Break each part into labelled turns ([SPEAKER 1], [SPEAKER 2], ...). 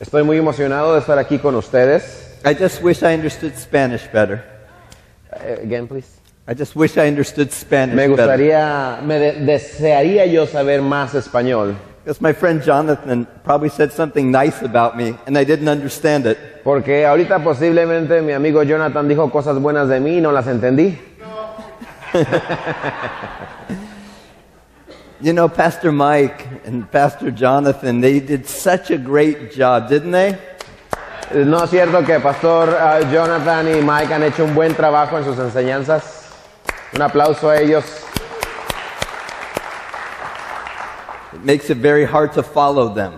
[SPEAKER 1] Estoy muy emocionado de estar aquí con ustedes.
[SPEAKER 2] I just wish I understood Spanish better.
[SPEAKER 1] Eh, Again, please.
[SPEAKER 2] I just wish I understood Spanish
[SPEAKER 1] Me
[SPEAKER 2] better.
[SPEAKER 1] gustaría, me de- desearía yo saber más español,
[SPEAKER 2] Because my friend Jonathan probably said something nice about me, and I didn't understand it.
[SPEAKER 1] porque ahorita posiblemente mi amigo Jonathan dijo cosas buenas de mí y no las entendí.
[SPEAKER 2] You know, Pastor Mike and Pastor Jonathan, they did such a great job, didn't they?
[SPEAKER 1] Eh, No es cierto que Pastor ah, Jonathan y Mike han hecho un buen trabajo en sus enseñanzas. Un aplauso a ellos.
[SPEAKER 2] It makes it very hard to follow them.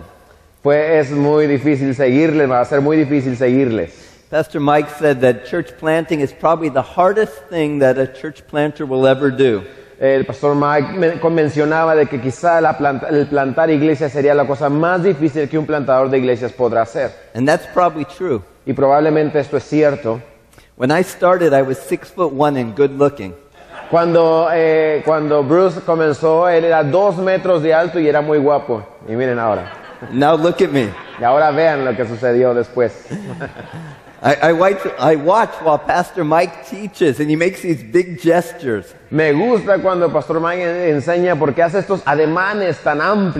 [SPEAKER 1] Pues es muy difícil seguirles, va a ser muy difícil seguirles.
[SPEAKER 2] Pastor Mike said that church planting is probably the hardest thing that a church planter will ever do.
[SPEAKER 1] El pastor Mike men- con- mencionaba de que quizá la planta- el plantar iglesias sería la cosa más difícil que un plantador de iglesias podrá hacer.
[SPEAKER 2] And that's probably true.
[SPEAKER 1] Y probablemente esto es cierto.
[SPEAKER 2] When I started, I was six foot one and good looking.
[SPEAKER 1] Cuando, eh, cuando Bruce comenzó, él era dos metros de alto y era muy guapo. Y miren ahora.
[SPEAKER 2] Now look at me.
[SPEAKER 1] Y ahora vean lo que sucedió después.
[SPEAKER 2] I, I, watch, I watch while Pastor Mike teaches and he makes these big gestures.
[SPEAKER 1] Me gusta cuando Pastor Mike enseña porque hace estos ademanes tan amplios.